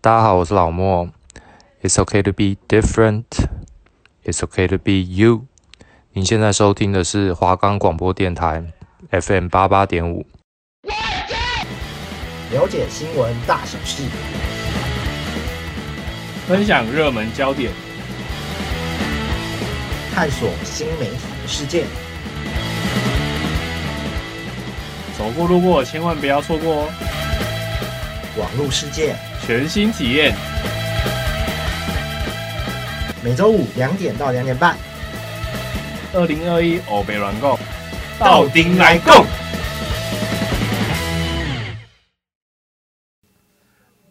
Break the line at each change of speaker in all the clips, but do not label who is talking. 大家好，我是老莫。It's okay to be different. It's okay to be you. 您现在收听的是华冈广播电台 FM 八八点五。
了解新闻大小事，
分享热门焦点，
探索新媒体的世界。
走过路过千万不要错过哦！
网络世界，
全新体验，
每周五两点到两点半，
二零二一欧北软购，
到
顶来购。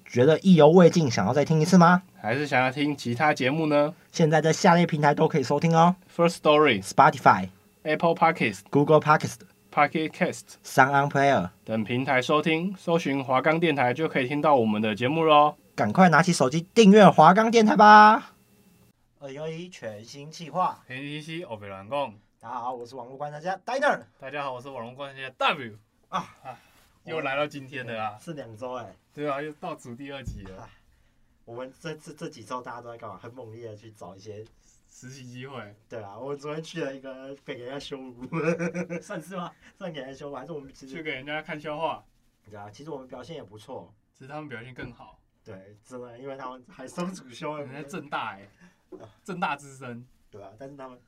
觉得意犹未尽，想要再听一次吗？
还是想要听其他节目呢
现在在下列平台都可以收听哦
？First Story、
：Spotify、
Apple Podcast、
Google Podcast、
Pocket Cast
Sound On Player。
等平台收听，搜寻华冈电台就可以听到我们的节目喽。
赶快拿起手机订阅华冈电台吧！二零二一全新企划，
KTC 欧北软购，
大家好，我是网络观察家 Diner
大家好，我是网络观察家 W
啊，
又来到今天的啊啦，
是两周哎，
对啊，又倒数第二集了，
我们这这这几周大家都在干嘛？很猛烈的去找一些，
实习机会，
对啊，我昨天去了一个给人家修屋， 算是吗？算给人家修屋，还是我们其
去
实
给人家看笑话，
对啊，其实我们表现也不错，
只是他们表现更好，
对，真的，因为他们还升主 修，
人家正大哎、正大之声，
对啊，但是他们，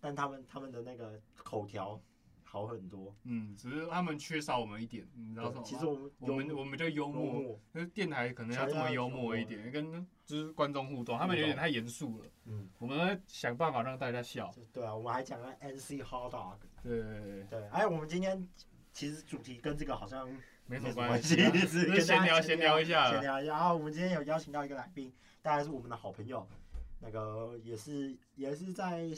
但他们他们的那个口条好很多，
嗯，只是他们缺少我们一点，你知道什么吗？
其实我们
我们我们比较幽
幽
默，
默，
就是电台可能要这么幽默一点，跟就是观众互动，他们有点太严肃了。
嗯，
我们要想办法让大家笑。
就对啊，我们还讲了 NC hot dog，
对对对，
对，哎，我们今天其实主题跟这个好像
没什么
没
关
系
系啊，，
只
就是
跟大
闲
家
聊闲聊一
闲
下。
聊一下。然啊后我们今天有邀请到一个来宾，当然是我们的好朋友，那个也是也是在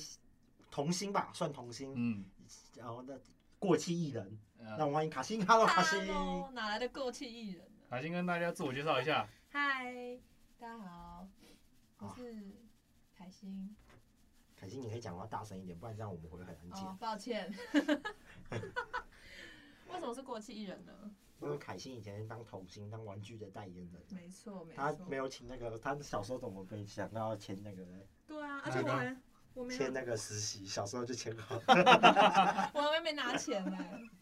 童星吧，算童星，
嗯，
然后那过气艺人，
呃
让我们欢迎卡西，Hello 卡西。
Hello，哪来的过气艺人呢？
海星跟大家自我介绍一下。
嗨，大家好，我是凯欣。
凯西，你可以讲话大声一点，不然这样我们会很安静。
哦，抱歉。 为什么是过气艺人呢？
因为凯西以前当童星、当玩具的代言人，
没错，没
他没
错。
有请那个，他小时候怎么被想到签那个
对啊，
哪
而
个
且我还我没
签
有，
那个实习，小时候就签好。
我还没拿钱呢，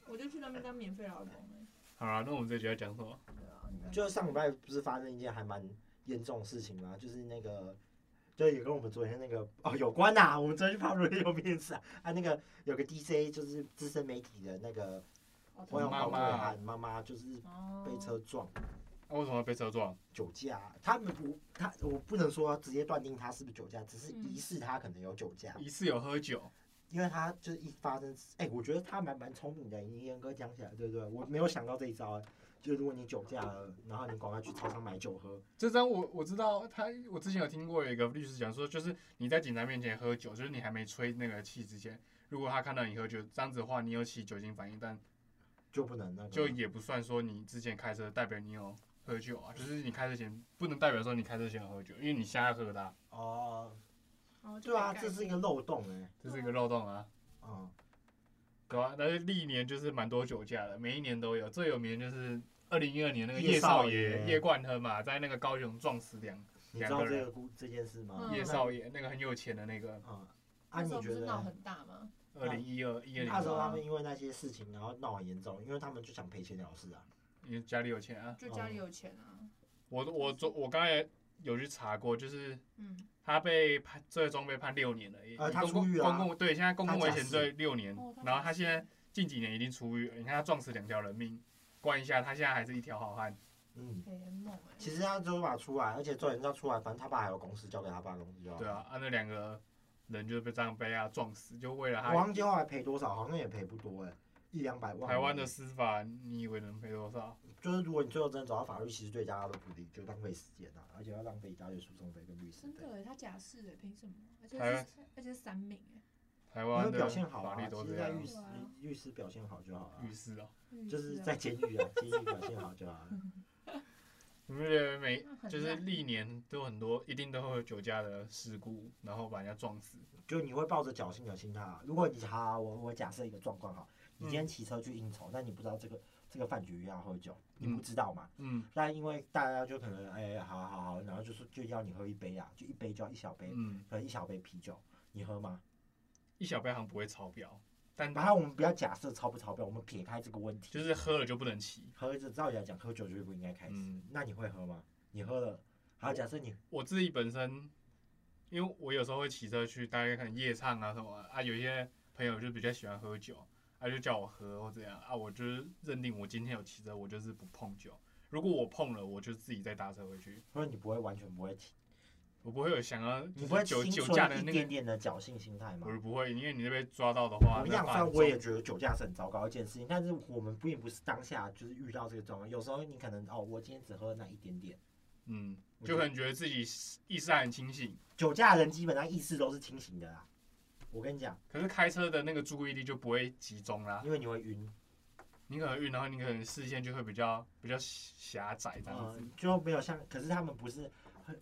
我就去那边当免费劳工欸
好啦，那我们这集要讲什么？
对啊你看
就上礼拜不是发生一件还蛮严重的事情吗？就是那个，就也跟我们昨天那个哦有关呐、我们昨天去泡瑞有面试啊，啊那个有个 DJ 就是资深媒体的那个
哦
网
对
友
妈
保护
妈
案，妈妈就是
哦
被车撞。
那为什么要被车撞？
酒驾，他们不，他我不能说直接断定他是不是酒驾，只是
嗯
疑似他可能有酒驾，
疑似有喝酒，
因为他就是一发生，哎、我觉得他蛮蛮聪明的，你严格讲起来，对不对？我没有想到这一招、哎，就如果你酒驾了，然后你赶快去超商买酒喝，
这张我我知道他，我之前有听过有一个律师讲说，就是你在警察面前喝酒，就是你还没吹那个气之前，如果他看到你喝酒，这样子的话，你有起酒精反应，但
就不能那个，
就也不算说你之前开车代表你有喝酒啊，就是你开车前不能代表说你开车前有喝酒，因为你瞎喝的啊、
哦、
哦就
对啊，
被改
这是一
变
个漏洞哎、
这是一个漏洞啊，
嗯，
对吧、但是历年就是蛮多酒驾的，每一年都有，最有名的就是二零一二年那个
叶
叶
少
少
爷
爷叶冠亨嘛，在那个高雄撞死两
你知
两
道
个
这
人
个故这件事吗？
嗯
叶少爷，那个很有钱的那个，
嗯，啊，
那时
你
候不
觉
是闹
得？哦
很大吗？
二零一二一二
那时候他们
零，
因为那些事情，然后闹很严重，因为他们就想赔钱了事啊。
因为家里有钱啊。
就家里有钱啊。
我我昨我刚才有去查过，就是
嗯，
他被判最终被判六年了，也
呃他
公共
出狱了啊
公共对现在公共危险罪六年
哦，他
然后他
假死
现在近几年已经出狱了，你看他撞死两条人命，关一下他现在还是一条好汉，
嗯，
哎很猛哎。
其实他就是把出来，而且做人要出来，反正他爸还有公司交给他爸公司就好。
对啊，啊那两个人就是被这样被他撞死，就为了
我
他
忘记后来赔多少，好像也赔不多哎、一两百万。嗯
台湾的司法，你以为能赔多少？
就是如果你最后真的走到法律，其实对大家都不利，就浪费时间啊，而且要浪费一大堆诉讼费跟律师
真
费。
的哎，他假释哎，凭什么？而且
台湾
是而且是三名哎。
台
因
湾
为
的
表现好
法
啊，
律都
其实
这
在
样
律，师
对啊
律师表现好就啊好了
律，师哦，
嗯
嗯就是在监狱啊，嗯监狱表现好就好了。
你们觉得每
那很
就是
烂
历年都有很多一定都会有酒驾的事故，然后把人家撞死，
就你会抱着侥幸的心态啊。如果你好、我我假设一个状况哈，你今天骑车去应酬，但你不知道这个这个饭局要喝酒，你不知道嘛？
嗯，
但因为大家就可能哎，好好好，就要你喝一杯啊，就一杯就要一小杯，
嗯，
可能一小杯啤酒，你喝吗？
一小杯好像不会超标，但
然后我们不要假设超不超标，我们撇开这个问题，
就是喝了就不能骑。
喝着照理来讲，喝酒就不应该开车。
嗯
那你会喝吗？你喝了，好，假设你
我自己本身，因为我有时候会骑车去，大概可能夜唱啊什么啊，有一些朋友就比较喜欢喝酒，他、就叫我喝或怎样啊，我就是认定我今天有骑车，我就是不碰酒。如果我碰了，我就自己再搭车回去，
或者你不会完全不会提，
我不会有想要
你
就
不会
是酒
心
酒
存
驾的
一
那
点
个，
点的侥幸心态吗
我？是不会，因为你那边抓到的话，
同
那
样，
罚
虽然
很
我也
重
觉得酒驾是很糟糕一件事情，但是我们并不是当下就是遇到这个状况。有时候你可能哦，我今天只喝了那一点点。
嗯，
我
就
觉
可
得
能觉得自己意识还很清醒，
酒驾的人基本上意识都是清醒的啦。我跟你讲，
可是开车的那个注意力就不会集中啦。
因为你会晕，
你可能晕，然后你可能视线就会比较比较狭窄这样
呃
子。，
就没有像，可是他们不是喝，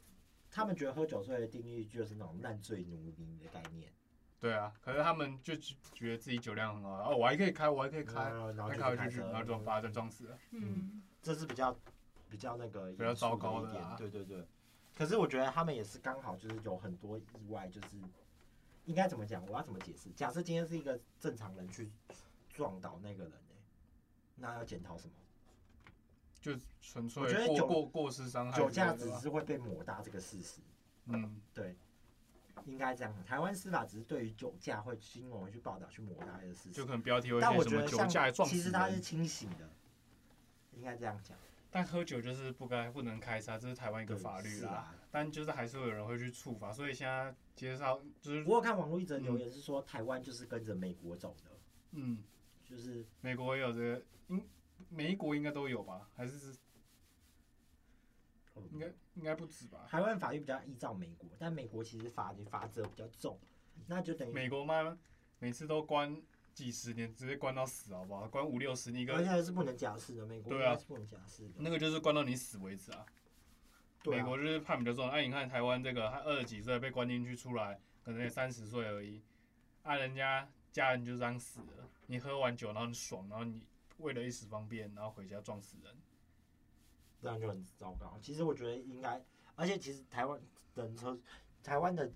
他们觉得喝酒醉的定义就是那种烂醉奴隶的概念，
对啊，可是他们就觉觉得自己酒量很好，哦，我还可以开，我还可以
然
开，
后然
那
后就
开
去
回去
开
去，
车，
然后撞把人撞死了。
嗯，
这是比较比较那个
比较糟糕
严肃的
的
一点
啊，
对对对。可是我觉得他们也是刚好就是有很多意外，就是应该怎么讲？我要怎么解释？假设今天是一个正常人去撞倒那个人、欸，那要检讨什么？
就纯粹
我觉得
过
酒
过过失伤害之
酒
类的
驾
吧。
只是会被抹大这个事实，
嗯，
应该这样讲。台湾司法只是对于酒驾会新闻会去报道去抹大这个事
就
实
可，能标题会
但我
写什
觉
么
得
酒驾还
像
撞
其
死
实他是
人，
清醒的，应该这样讲。
但喝酒就是不该不能开车，这是台湾一个
对
法律
是
啦。
啊，
但就是还是会有人会去触发，所以现在介绍就是
我有看网络一则留言是说台湾就是跟着美国走的，
嗯，
就是
美国也有这个，应每一国应该都有吧？还是
嗯
应该应该不止吧？
台湾法律比较依照美国，但美国其实法律法则比较重，那就等于
美国嘛，每次都关几十年，直接关到死，好不好？关五六十年，一
而
个
且是不能假释的，美国
对
应
啊
该是不能假释的。
那个就是关到你死为止啊。
对
美
啊，
国就是判比较重，哎、你看台湾这个，他二十几岁被关进去，出来可能也三十
嗯
岁而已，啊，人家家人就这样死了。你喝完酒，然后你爽，然后你为了一时方便，然后回家撞死人。
这样就很糟糕。其实我觉得应该，而且其实台湾人车，台湾的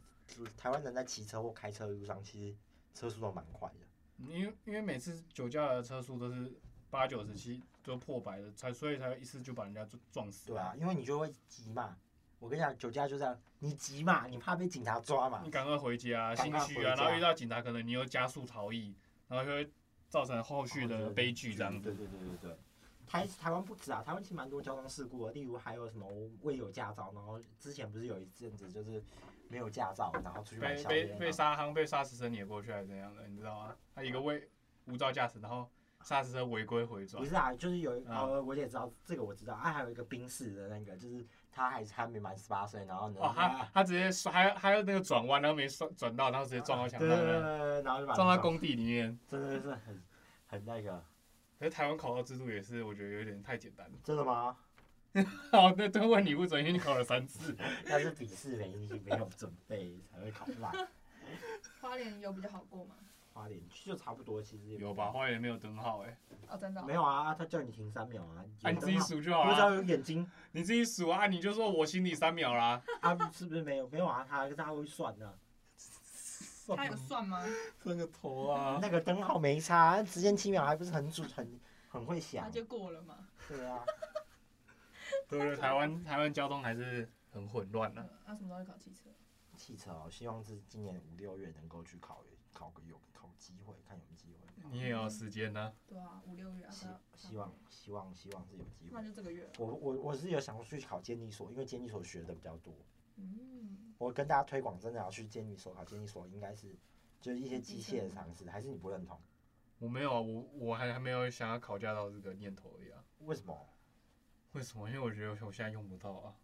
台湾人在骑车或开车的路上，其实车速都蛮快的。
因为因为每次酒驾的车速都是八九十七，都破百的，才所以才一次就把人家撞撞死。
对啊，，因为你就会急嘛。我跟你讲，酒驾就这样，你急嘛，你怕被警察抓嘛
你。赶快回家，
啊赶
心
快
虚啊，
回家
然后遇到警察，可能你又加速逃逸，然后就会造成后续的悲剧这样
哦对
子。
对对对对。台台湾不止啊，台湾其实蛮多交通事故的，例如还有什么未有驾照，然后之前不是有一阵子就是没有驾照，然后出去买啊
被
宵
被
夜，
被沙夯被砂石车碾过去还是怎样的，你知道吗？他一个未无照驾驶，然后砂石车违规回转
不，是啊，就是有一
啊
呃，我也知道这个我知道啊，还有一个冰室的那个，就是他还还没满十八岁，然后呢，啊
哦，他他直接摔还还有那个转弯，然后没转转到，然后直接撞到
对
墙上
对对对
面，
对，然后就把
撞到
公，
工地里面。
真的是很很那个，
可是台湾考照制度也是，我觉得有点太简单了。
真的吗？
好，那 都问你不准，因为你考了三 次。
但是笔试没没有准备才会考烂，
花莲有比较好过吗？
花点就差不多，其实也
有吧？？花园没有灯号哎、
哦，真的哦
没有啊，他叫你停三秒啊，
啊，你自己数就好
不知道
了，
有眼睛
你自己数啊，你就说我心里三秒啦。
啊，是不是没有没有啊？他他会算呢、
他有算吗？
算个头啊！
那个灯号没差，时间七秒还不是很准很很会
他
想，
就过了嘛。
对啊，
对对，台湾台湾交通还是很混乱啊的、
嗯那什么时候会考汽车？
汽车哦，希望是今年五六月能够去考考个有考机会，看有没有机
嗯
会。
你也有时间呢、
对啊，五六月啊，
希
对啊
希望希望希望是有机
那
会。
就这个月了。
我我我是有想去考监理所，因为监理所学的比较多。
嗯，
我跟大家推广，真的要去监理所考监理所，应该是就是一些机械的常识，还是你不认同？
我没有啊，我我还还没有想要考驾照这个念头而已啊。
为什么？
为什么？因为我觉得我现在用不到啊。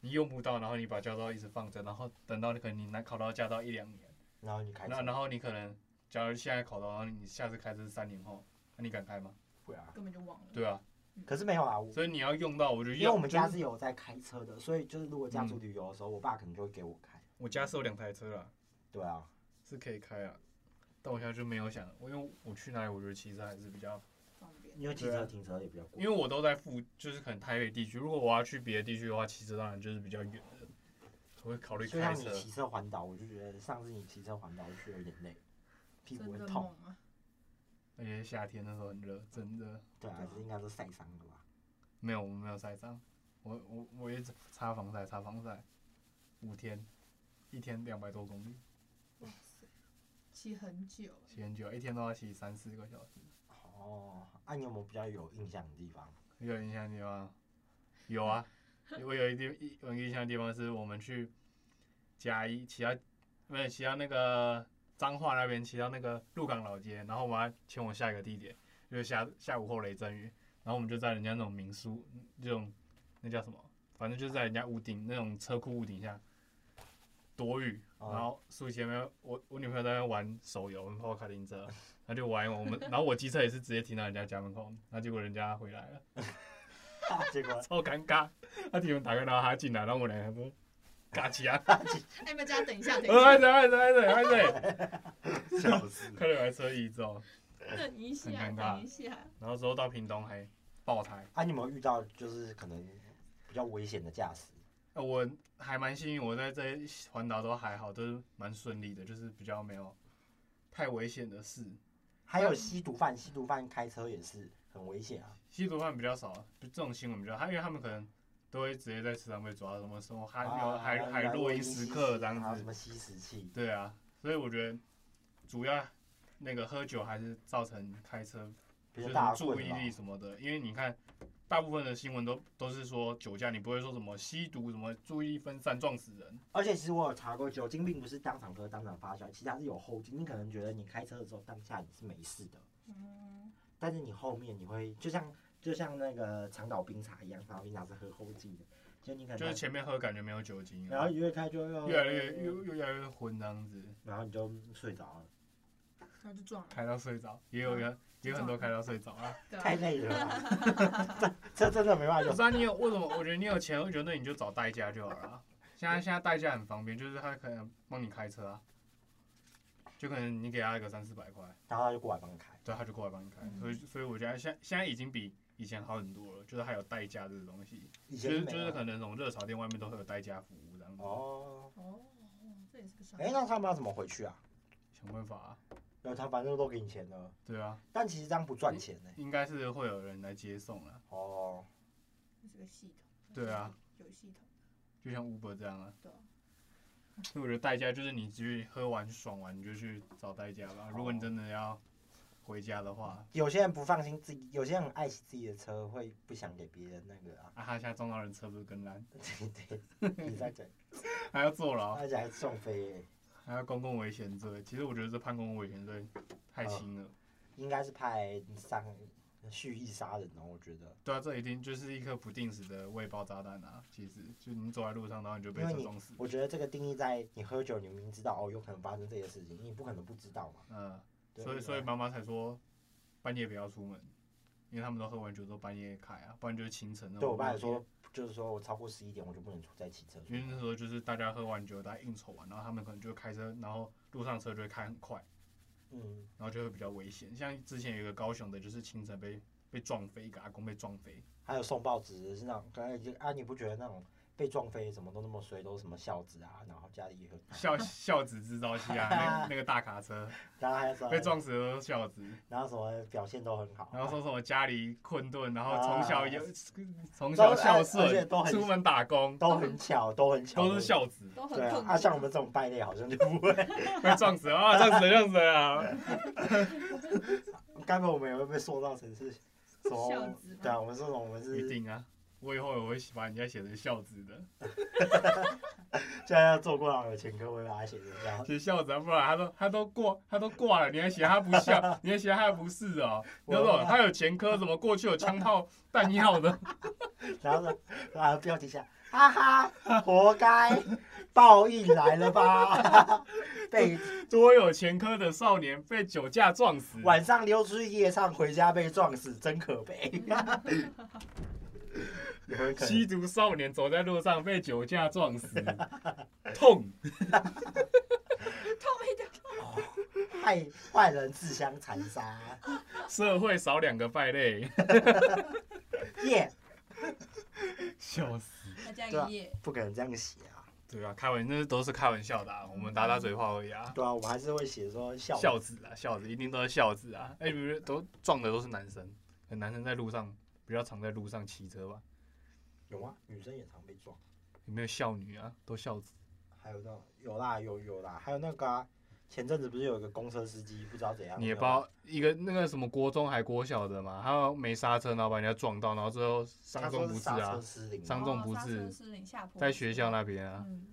你用不到，然后你把驾照一直放着，然后等到可能你拿考到驾照一两年，
然后你开
那
车
然后你可能假如现在考到，然后你下次开车是三年后，那你敢开吗？
会啊？
根本就忘了。
对啊，
可是没有啊，我
所以你要用到，我觉得
因为我
用
们
就是
家是有在开车的，所以就是如果
嗯
家族旅游的时候，我爸可能就会给我开。
我家是有两台车啦，
对啊，
是可以开啊，但我现在就没有想，我因为我去哪里，我觉得其实还是比较
方便。
因为骑车停车也比较贵
因为。我都在附，就是可能台北地区。如果我要去别的地区的话，骑车当然就是比较远的，我会考虑
就
开
像你
车。
骑车环岛，我就觉得上次你骑车环岛，我就觉得有点累，屁股
真
会
的
痛。
猛啊！
而且夏天那时候很热，真的
对啊，这应该是晒伤了吧？
没有，我没有晒伤，我我我也擦防晒，擦防晒，五天，一天两百多公里，
哇塞，骑很久欸，
骑很久，一天都要骑三四个小时。
哦，啊，你有没有比较有印象的地方？
有印象的地方？有啊，我有一地一有印象的地方是我们去嘉义，骑到没有骑到那个彰化那边，骑到那个鹿港老街，然后我们要前往下一个地点，就是下下午后雷阵雨，然后我们就在人家那种民宿，这种那叫什么？反正就在人家屋顶那种车库屋顶下躲雨，
哦
然后树前面我我女朋友在那边玩手游，我们跑卡丁车，然后就玩一玩我们，然后我机车也是直接停到人家家门口，然后结果人家回来了。
啊结果
超尴尬。他提门打开，然后他进来，然后我们两个说：“嘎起啊！”
哎，你们家等 一下，
我
等一
说：“哎
下，
等哎等哎等哎等，
笑死
快点把车移走。
等一下，
很尴尬
等一下。”
然后之后到屏东还爆胎。
啊，你有没有遇到就是可能比较危险的驾驶？
呃我还蛮幸运，我在这环岛都还好，都是蛮顺利的，就是比较没有太危险的事。
还有吸毒犯，吸毒犯开车也是很危险啊。
吸毒犯比较少，就这种新闻比较，他因为他们可能都会直接在车上被抓，什么什么海
啊
海海洛因时刻这样
还有
子
什。么吸食器？
对啊，所以我觉得主要那个喝酒还是造成开车
比
就
较
是
大的
注
困
意
扰
力什么的，因为你看大部分的新闻都都是说酒驾，你不会说什么吸毒什么注意力分散撞死人，
而且其实我有查过，酒精并不是当场喝、当场发酵，其实它是有后劲。你可能觉得你开车的时候当下你是没事的，
嗯，
但是你后面你会就像就像那个长岛冰茶一样，长岛冰茶是喝后劲的，就你可
就是
能
前面喝感觉没有酒精，
然后越开就
越来越越越来越昏这样子，
然后你就睡着了，
然后就撞了，
开到睡着，也有
嗯
人也有很多开到睡着啊。
对
太
啊，
累了啦， 这这真的没办法
可
有
是啊，你有为什么？我觉得你有钱，我觉得你就找代驾就好了啊。现在现在代驾很方便，就是他可能帮你开车啊，就可能你给他一个三四百块，
然后他就过来帮你开。
对，他就过来帮你开。
嗯
所以所以我觉得现在现在已经比以前好很多了，就是还有代驾这个东西。
以
就
前
是
没
就
有
是可能那种热炒店外面都会有代驾服务这样子，
哦，
哦，这也是个伤
哎、。那他们要怎么回去啊？
想办法、啊。
然后他反正都给你钱了，
对啊，
但其实这样不赚钱呢、
应该是会有人来接送啊啦，
哦，
这是个系统。
对啊，
有系统，
就像 Uber 这样啊。
对啊
所以我觉得代驾就是你去喝完爽完你就去找代驾
哦
吧。如果你真的要回家的话，
有些人不放心自己，有些人很爱惜自己的车，会不想给别人那个 啊。
啊，他现在撞到人车不是更烂，
对对，你在讲，
还要坐牢，
而且还送飞、
还要公共危险罪。其实我觉得这判公共危险罪太轻了。
应该是派上蓄意杀人哦，我觉得，
对啊，这一定就是一颗不定时的未爆炸弹啊！其实就你走在路上，然后你就被
因为
车
你
撞死。
我觉得这个定义在你喝酒，你明知道哦有可能发生这些事情，你不可能不知道嘛。
嗯，
对
所以
对
所以妈妈才说半夜不要出门，因为他们都喝完酒之后半夜开啊，不然就是清晨那种
对我爸来
半夜
说，，就是说我超过十一点我就不能出再骑车出
因
门。
为那时候就是大家喝完酒，大家应酬完，然后他们可能就开车，然后路上车就会开很快，
嗯，
然后就会比较危险。像之前有一个高雄的，就是清晨被被撞飞，一个阿公被撞 飞，
还有送报纸的是那种，刚才就啊，你不觉得那种被撞飞怎么都那么衰，都是什么孝子啊，然后家里也很，
孝孝子制造系啊，那那个大卡 车
然后还有什么
被，撞死的都是孝子，
然后什么表现都很好，
然后说什么家里困顿，然后
啊
从小有 从小孝
而且
顺
都，很
出门打工
都很巧，都很巧，
都是孝子。
都很
对啊
痛，苦。
啊，像我们这种败类好像就不会，
被撞死了啊！撞死了，撞死了 啊！
该不会我们也会被塑造成是什
孝
么
子？吧
对啊，我们这种我们
一
是
定啊！我以后也会把人家写成孝子的，
现在要做过老的前科，我会把它写成这样。
写孝子啊，不然他都他都过他都挂了，你还写他不 孝，你还写他不是哦？你
我
知道他有前科，怎么过去有枪炮弹药 的？
然后呢，然后标题下，哈哈，活该，报应来了吧？ 被
多有前科的少年被酒驾撞死，
晚上溜出去夜唱，回家被撞死，真可悲。 有人可能
吸毒少年走在路上被酒驾 撞死，痛！
痛一点，
害坏人自相残杀，
社会少两个败类，
耶、
笑死。
啊
他加一个夜，
不可能这样写啊！
对啊，开玩那都是开玩笑的、啊，我们打打嘴炮而已啊。
对啊，我还是会写说笑
孝子啊，孝子一定都是孝子啊。哎、你们都撞的都是男生，可能男生在路上比较常在路上骑车吧？
有啊，女生也常被撞，
有没有孝女啊？都孝子。
还有那种有啦有有啦，还有那个啊、前阵子不是有一个公车司机不知道怎样，
你也不知道一个那个什么国中还国小的嘛，他没刹车，然后把人家撞到，然后最后伤
他
重
说
不
是
治
刹车
啊，
失灵，
伤重不
哦刹
治
车失灵下坡，
在学校，啊那边啊，
嗯，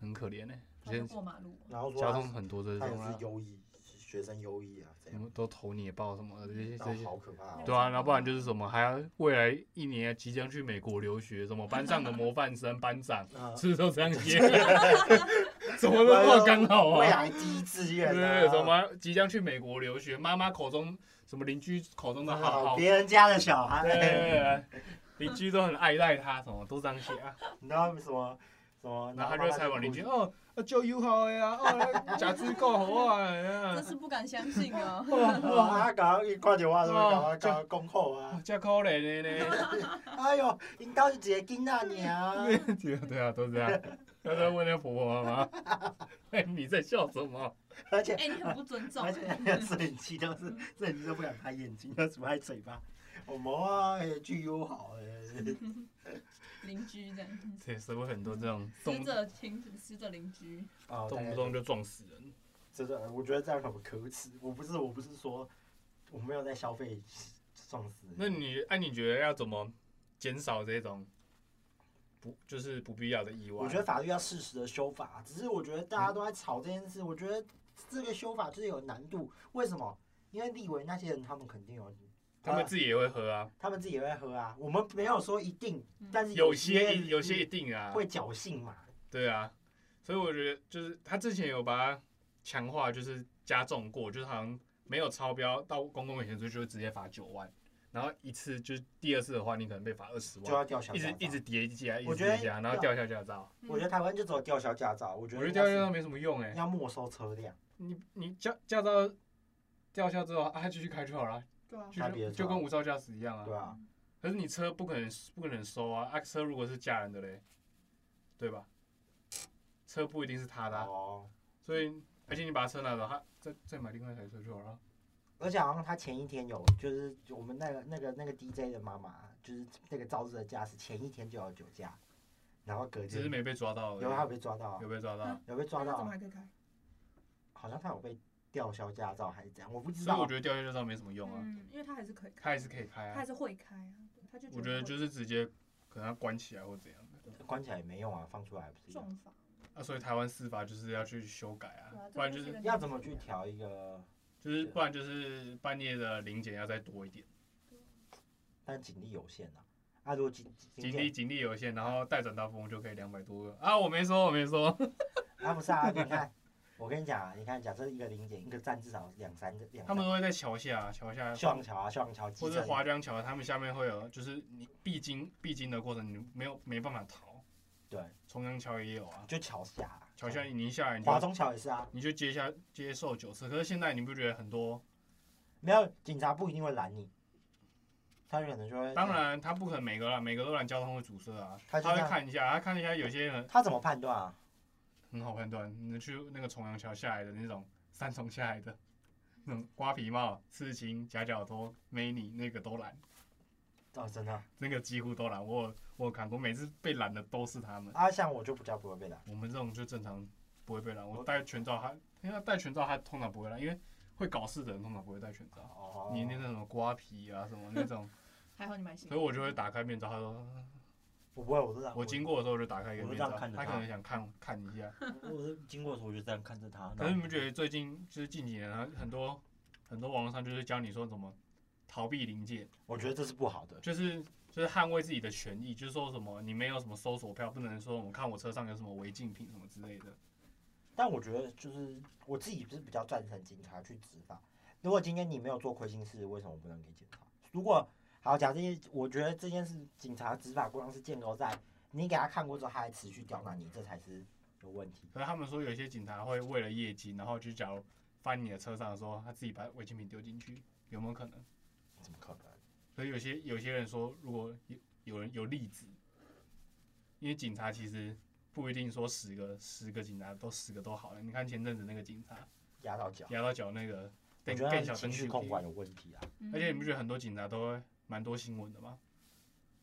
很可怜呢、欸
他
现
就
在
过马路，
然后说
交
他
通很多这
他
种
也是
啊，
优异学生优异啊，怎
什
样？
么都投你报什么的这些
然后
这些。
好可怕、哦
对啊，然后不然就是什么，还要未来一年即将去美国留学，什么班上的模范生、班长，
啊！
是不是都这样接， 什么都那么刚好
未
啊。
来第一志
对
愿、
对
啊，
对，什么即将去美国留学，妈妈口中什么邻居口中的好好
别人家的小孩，
对对对，邻居都很爱戴他，什么都这样写啊。
你知道为什么什么？
然后他
慢
就
慢
采访
地
邻居，哦，啊就友好的啊，哦，食水果好啊，
真
啊，。
是不敢相信哦
哇
哦，啊，搞伊看着我，什么搞
哦
我
就
搞讲好啊
哇，！真可怜的呢。
哎哟，因兜一个囡仔尔，
对啊，对啊，都 这样。他在问那婆婆妈妈， 哎，你在笑什么？
而且
哎，你很不尊重
而。且那个摄影机都是摄影机都不敢拍眼睛，都只拍嘴巴。我们啊，巨友好哎诶，
邻居这样，
对，社会很多这
嗯
种动
死者亲，死者邻居，
哦，
动不动就撞死人。
真的，我觉得这样很可耻。我不是，我不是说我没有在消费撞死人。
那你哎、你觉得要怎么减少这种不就是不必要的意外？
我觉得呃法律要适时的修法，只是我觉得大家都在吵这件事，我觉得这个修法就是有难度。为什么？因为立委那些人他们肯定有，
他们
呃
自己也会喝啊，
他们自己也会喝啊。我们没有说一定，
嗯
但是
有
些
些一有些一定啊，
会侥幸嘛。
对啊，所以我觉得就是他之前有把它强化，就是加重过，就是好像没有超标到公共危险处就会直接罚九万，然后一次就是第二次的话，你可能被罚二十
就
万，
要吊销
一
驾
直
照。
一直叠加，一
我
直
觉得
叠加，然后吊销驾照。
嗯
我觉得台湾就只有吊销驾照，我觉
我
得
觉得
应该
吊销
是
驾照没什么用哎、
要没收车辆，
你你驾驾照吊销之后，啊，他继续开就好了啊，
对啊，嗯
就
开别的
是
车
就跟无照驾驶一样啊。
对吧、
可是你车不可能不可能收啊，啊车如果是家人的嘞，对吧？车不一定是他的啊、
哦，
所以而且你把车拿走，他再再买另外一台车就好了。
而且好像他前一天有，就是我们那个那个那个 DJ 的妈妈，就是那个肇事的驾驶，前一天就有酒驾，然后隔
只是
天
没被抓到而已。
有他有被抓到啊
有，被抓到
嗯，
有被抓到
那怎么
啊，
还可以开？
好像他有被吊销驾照还是怎样，我不知
所以啊我
道
觉。得吊销驾照没什么用啊，
嗯，因为他还是可以开，
他还是可以开
他
啊
还。是会开啊，他就
我觉得就是是直接可能要关起来或怎样的
关起来也没用啊，放出来不是一样？
重罚，
啊，所以台湾司法就是要去修改
对啊
啊，
这
不然
个
就是是
个
要怎么去调一个？
就是
啊
不然就是半夜的零检要再多一点，
但警力有限啊，啊，如果警
警
警
力警力有限，然后待转到风就可以两百多个啊，我没说我没说，
啊不是啊，你看，我跟你讲啊，你看，假设一个零检，一个站至少两三个，两
他
三
们
个。
都会在桥下桥下
秀朗桥啊，秀朗桥基
或是
层
华江桥，他们下面会有就是你必经必经的过程，你没有没办法逃，
对，
重阳桥也有啊，
就桥下啊，
桥下你一下来你就
华中桥也是啊，
你就接下接受酒测。可是现在你不觉得很多？
没有警察不一定会拦你，他有可能就会
当，然，他不可能每个啦，每个都拦交通会阻塞啊。
他
他
就这
会
样
看一下，他看一下有些人
他怎么判断啊？
很好判断。你去那个重阳桥下来的那种三重下来的 那种瓜皮帽、刺青、夹脚拖、美女那个都拦，
哦，真的啊
那个几乎都拦。我有我有看过，每次被拦的都是他们。
啊，像我就比较不会被拦，
我们这种就正常不会被拦。我戴全罩他，因为他戴全罩他通常不会拦，因为会搞事的人通常不会戴全罩。
哦，
你那个什么瓜皮啊什么那 种，
还好你买新
所以，我就会打开面罩，他说
我不会，我都这样
我经，过的时候就打开一个面罩，
我就这样看着他
他可能想看看一下。
我我是经过的时候我就这样看着他，
可是你们觉得最近就是近几年啊，很多很多网络上就是教你说怎么逃避临界，
我觉得这是不好的，
就是就是捍卫自己的权益，就是说什么你没有什么搜索票，不能说我看我车上有什么违禁品什么之类的。
但我觉得就是我自己是比较赞成警察去执法，如果今天你没有做亏心事，为什么不能给警察？如果好，假设我觉得这件事警察执法光是建构在你给他看过之后，他还持续刁难你，这才是有问题。
可是他们说有些警察会为了业绩，然后就假如翻你的车上的时候，他自己把违禁品丢进去，有没有可能？
怎么可能？
所以有些有些人说，如果有有人有例子，因为警察其实不一定说十个十个警察都十个都好了。你看前阵子那个警察
压到脚，
压到脚那个，
我
更
觉得
更
他
小
情
灯
绪控管有问题啊。
嗯
而且你不觉得很多警察都会蛮多新闻的吗？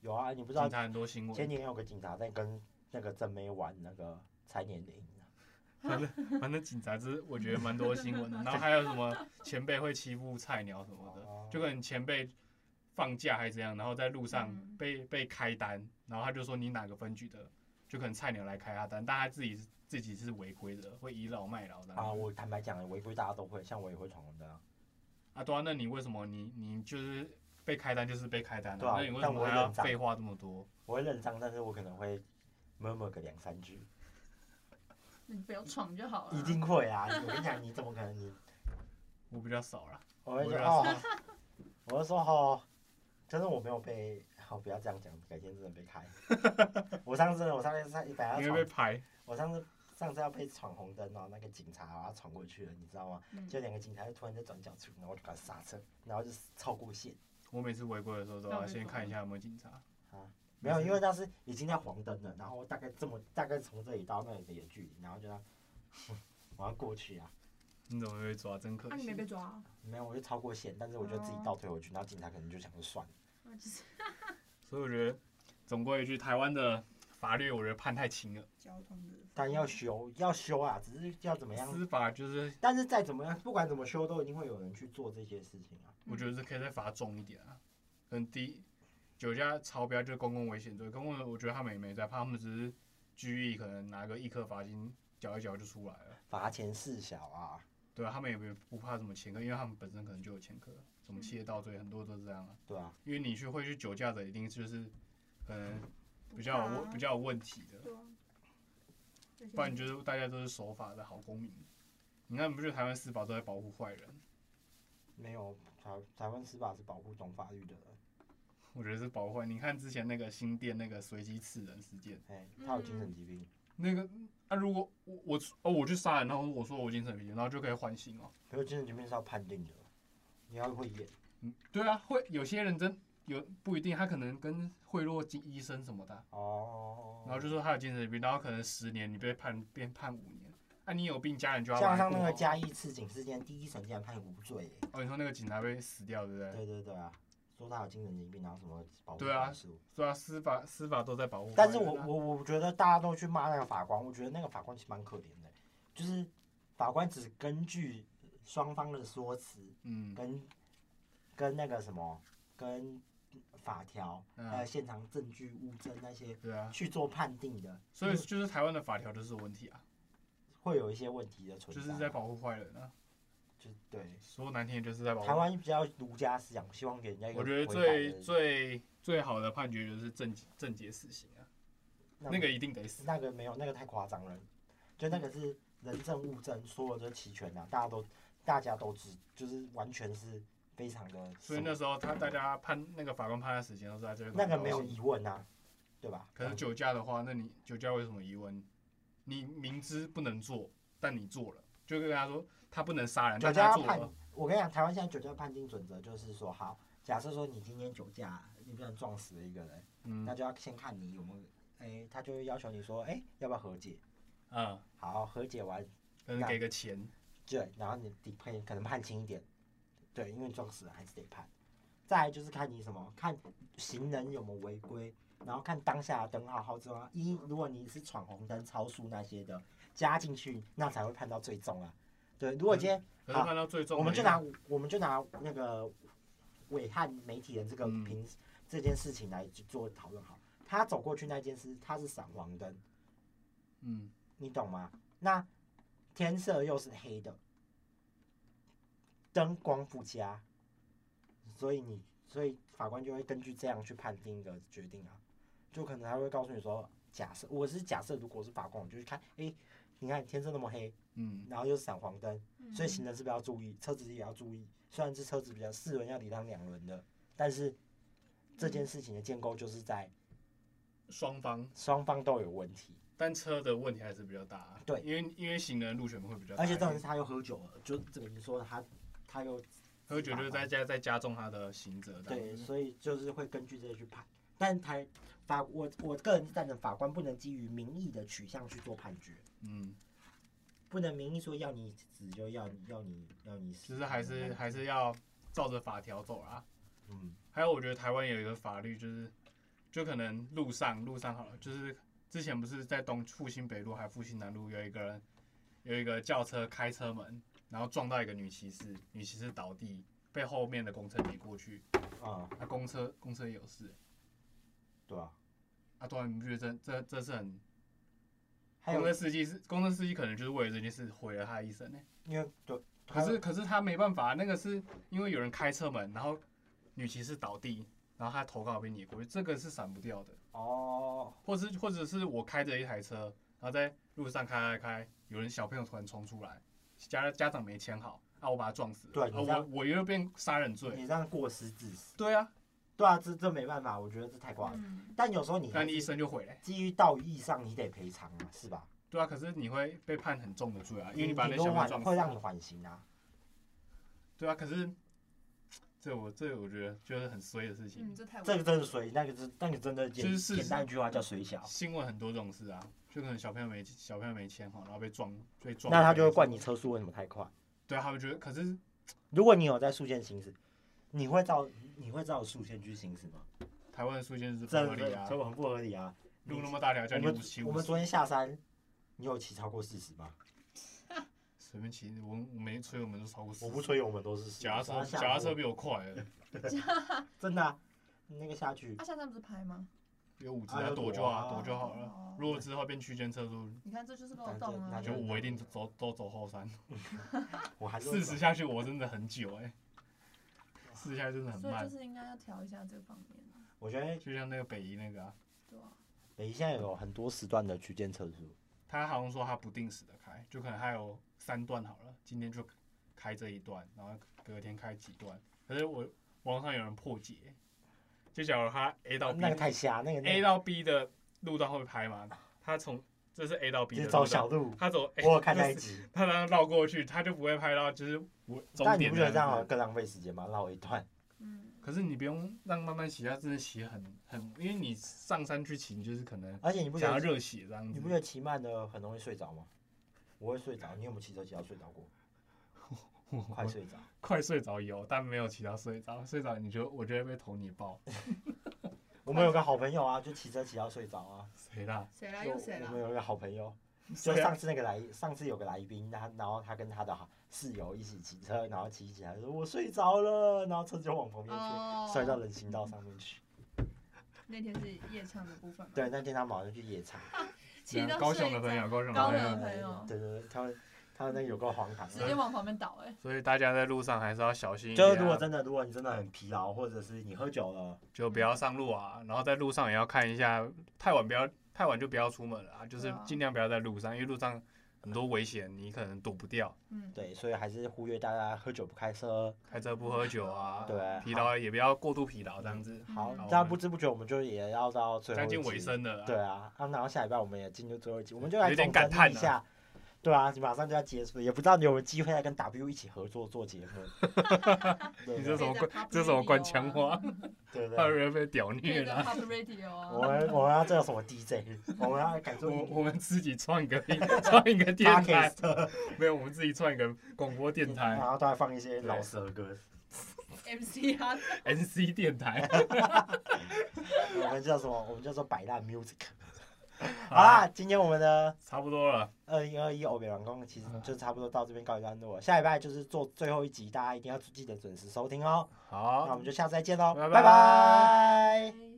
有啊，你不知道
警察很多新
前
闻，
年有个警察在跟那个正妹玩那个猜年龄啊，
反正反正警察就是我觉得蛮多新 闻的。然后还有什么前辈会欺负菜鸟什么
哦
的，就可能前辈放假还是怎样，然后在路上
嗯
被被开单，然后他就说你哪个分局的，就可能菜鸟来开他单，但他自己自己是违规的，会倚老卖老的。
啊，我坦白讲，违规大家都会，像我也会闯红灯啊，
啊，对啊，那你为什么你你就是被开单就是被开单、
对啊
那你为
但
什么
我
还
有
要
忍让
废话这么多？
我会认账，但是我可能会 murmur 个两三句，
你不要闯就好了。
一定会啊！我跟你讲，你怎么可能你？
我比较少啦，
我会
我
说
觉得
哦，我会说哦，真的我没有被，好不要这样讲，改天真的被 开。我上次我上次上一百要
因
闯
为被，排，
我上次上次要被闯红灯哦，那个警察啊闯过去了，你知道吗？
嗯
就两个警察就突然在转角处，然后我就赶快刹车，然后就超过线。
我每次违规的时候都
那
要
被
先
抓
看一下有没有警察。
没有，因为那是已经在黄灯了，然后大概这么大概从这里到那里的距离，然后就让 我要过去啊。
你怎么会被抓？真可
啊，你
惜
没。被抓啊？
没有，我就超过线，但是我就自己倒退回去，然后警察可能就想说算了。
那 就是
所以我觉得，总归一句，台湾的法律我觉得判太轻了，
交通的。
但要修要修啊，只是要怎么样？
司法就是
但是再怎么样，不管怎么修，都一定会有人去做这些事情啊。
嗯
我觉得是可以再罚重一点啊，跟第酒驾超标就是公共危险罪，公共我觉得他们也没在怕，他们只是拘役，可能拿个一颗罚金缴一缴就出来了。
罚钱事小啊，
对啊，他们也不不怕什么前科，因为他们本身可能就有前科，什么窃盗罪很多都是这样
嗯
啊。
对啊，
因为你去会去酒驾的，一定就是可能比较有
不
问
怕啊
比较有问题的。
对啊。而且
不然就是大家都是守法的好公民。你看，不是台湾司法都在保护坏人，
没有台台湾司法是保护懂法律的人，
我觉得是保护坏。你看之前那个新店那个随机刺人事件，
哎、他有精神疾病，
那个啊，如果我我哦我去杀人，然后我说我精神病，然后就可以缓刑哦。
可是精神疾病是要判定的，你要会演，
嗯，对啊，会有些人真有不一定，他可能跟贿赂医生什么的啊，
哦，
然后就说他有精神病，然后可能十年你被判变判五年，啊你有病，家人就要
像
把你
上那
顾
个
好
嘉义刺警事件，第一审竟然判无罪耶、
哦，你说那个警察被死掉，对不对？
对对对啊，说他有精神疾病，然后什么保护
对啊
管束
对啊，司法司法都在保护坏人啊。
但是我我我觉得大家都去骂那个法官，我觉得那个法官其实蛮可怜的，就是法官只根据双方的说辞
嗯
跟跟那个什么跟法条还有
嗯，
现场证据物证那些
对啊。
去做判定的，
所以就是台湾的法条就是有问题啊，
会有一些问题的存
就
在啊，
是在保护坏人啊。
就是对。
说难听点就是在保护。
台，湾比较儒家思想，希望给人家一个
我觉得
回答
最
的
最最好的判决就是正正解死刑啊，那个一定得死。
那个没有，那个太夸张了，就那个是人证物证，所有的齐全啊，大家都大家都知，就是完全是非常的。
所以那时候他大家判那个法官判他死刑都是在这个。
那个没有疑问啊，对吧？
可是酒驾的话，那你酒驾为什么疑问？你明知不能做，但你做了，就跟他说他不能杀人，
酒
但他
驾
做
判
了。，
我跟你讲，台湾现在酒驾判定准则就是说，好，假设说你今天酒驾，你不然撞死了一个人，那
嗯
就要先看你有没有，哎、他就会要求你说，哎、要不要和解？
嗯，
好，和解完，
可能给个钱，
对，然后你底配可能判轻一点，对，因为你撞死人还是得判。再来就是看你什么，看行人有没有违规，然后看当下的灯号号志啊。一，如果你是闯红灯、超速那些的，加进去那才会判到最重啊。对，如果今天、
可是判到最重的
我
一个。
们就拿我们就拿那个伟汉媒体人这个
嗯
平、这件事情来去做讨论好。他走过去那件事，他是闪黄灯，
嗯，
你懂吗？那天色又是黑的，灯光不佳，所以你所以法官就会根据这样去判定一个决定啊，就可能他会告诉你说，假设我是假设，如果是法官，我就去看，诶，你看天色那么黑，
嗯
然后又是闪黄灯，
嗯
所以行人是不是要注意？车子也要注意，虽然是车子比较四轮要礼让两轮的，但是这件事情的建构就是在
双方
双方都有问题，
但车的问题还是比较大。啊
对
因为因为行人路权会比较大
而
一
且
点，
重点是他又喝酒了，就怎么说他他又
喝酒就是在加再加重他的刑责
嗯
这
对，
样子。
所以就是会根据这些去判。但台法我我个人是赞成法官不能基于民意的取向去做判决，
嗯，
不能民意说要你死就要要你要你死，
其实还是还是要照着法条走啦。
嗯
还有，我觉得台湾有一个法律，就是就可能路上路上好了，就是之前不是在东复兴北路还复兴南路有一个人有一个轿车开车门，然后撞到一个女骑士，女骑士倒地，被后面的公车碾过去，
啊、
啊，公车公车也有事，
对啊，
啊，对啊，你不觉得这这这是很
还
公
有
车司机是公车司机可能就是为了这件事毁了他的一生呢、
因为对，
可是可是他没办法，那个是因为有人开车门，然后女骑士倒地，然后她头刚好被碾过去，这个是闪不掉的。
哦
或是或者是我开着一台车，然后在路上开开开，有人小朋友突然冲出来，家家长没签好，啊，我把他撞死了，
对
啊
你这样
我我又变杀人罪，
你这样过失致死，
对啊，
对啊，这这没办法，我觉得这太挂了。
嗯，
但有时候你
那
还
你一
是
生就毁了、
基于道义上，你得赔偿啊，是吧？
对啊，可是你会被判很重的罪啊，因为你把那
顶
小
多
朋友
缓
撞
会
死
让你
啊，
缓刑啊，
对啊，可是这我这我觉得就是很衰的事情，
嗯，这太无
这个真的水，那个真那个真的简
就是事实
简单一句话叫水小，
新闻很多这种事啊，就可能小朋友没小朋友没签好，然后被撞被撞，
那他就会怪你，车速为什么太快。
对啊，他会觉得，可是
如果你有在速限行驶，你会照你会照速限去行驶吗？
台湾的速限是不
这
合理啊
这，很不合理啊！
路那么大条，
我
叫你
们
五七
我
五
们
十
昨。天下山，你有骑超过四十吗？
随便骑，我我没吹，我们都超过40。
我不吹，我们都是
脚踏车，脚踏车比我快了，
真的、啊，你那个下去
他下山不是拍吗？
有五只
啊
要
要
躲就
躲啊
啊，躲就好了
哦。
如果之后变区间车速，
你看这就是漏洞
那
啊！
就我一定走都走后山。
我还是会
四十下去，我真的很久哎，四十下去真的很
所以就
慢。
是应该要调一下这方面啊，
我觉得
就像那个北宜那个啊，
对啊，
北宜现在有很多时段的区间测速，
他好像说他不定时的开，就可能还有三段好了，今天就开这一段，然后隔天开几段。可是我网上有人破解，就假如他 A 到 B
啊那个太瞎，那个那
啊 A
个
到 B 的路段会拍吗？他从这是 A 到 B
就
的
是
路
走
段
小路，
他走，欸、
我有看那
那
一
是
集。
他让他绕过去，他就不会拍到，就是我终
但你
点
不觉得这样好
样
像
子
更浪费时间吗？绕一段，
嗯，
可是你不用让慢慢骑，他真的骑得很很，因为你上山去骑，你就是可能
而且你不觉
想要
得
热血这样
你
子
不觉。得骑慢的很容易睡着吗？我会睡着，你有没有骑车骑到睡着过？
我
快
我
睡着，
快睡着有，但没有骑到睡着，睡着你就我就会被头你爆，
我们有个好朋友啊，就骑车骑到睡着啊。
谁啦？
谁
就
啦又谁
我
啦
们？有一个好朋友，就
谁啊
上？次那个来，上次有个来宾，他然后他跟他的好室友一起骑车，然后骑起来说我睡着了，然后车就往旁边偏，
哦，
摔到人行道上面去。
那天是夜唱的部分嘛，
对，那天他们好像去野餐，
骑到
高
睡
雄的朋
着
友，高雄的
高
朋
雄
友
的，朋友
对对对，他们他们那个有够荒唐
直。接往旁边倒，哎，
所以大家在路上还是要小心一
就是
点
如果
啊，
真的，如果你真的很疲劳，或者是你喝酒了，
就不要上路啊。然后在路上也要看一下，太晚不要太晚就不要出门了啊，就是
对啊
尽量不要在路上，因为路上很多危险，你可能躲不掉。
嗯，
对，所以还是忽略大家喝酒不开车。
开车不喝酒啊，
对
疲劳也不要过度疲劳这样子。
好，
嗯
这样不知不觉我们就也要到最后
将
一
近
集
尾声了、啊，
对，啊，啊，然后下礼拜我们也进入最后一集，我们就来
有点
总
感
整
叹
理一
啊
下。对啊，马上就要结束了，也不知道你有没有机会再跟 W 一起合作做节 目。对对
你这什么
可以在
官
Pop
这什么
Radio
官腔话
啊，
对
怕
对，
人被屌
可
虐
以在
了。
Pop Radio 啊，
我们我们要叫什么 DJ？我们要改做
我我们自己创一个 创一个电台，
podcast，
没有，我们自己创一个广播电台
然后再放一些老舌歌。
MC 啊，
，NC 电台。
我们叫什么？我们叫做摆烂 music。好啦，今天我们的
差不多了，
二零呃二一欧美完工其实就差不多到这边告一段落，下礼拜就是做最后一集，大家一定要记得准时收听哦。那我
好
们，就下次再见喽，
拜拜
拜拜
哎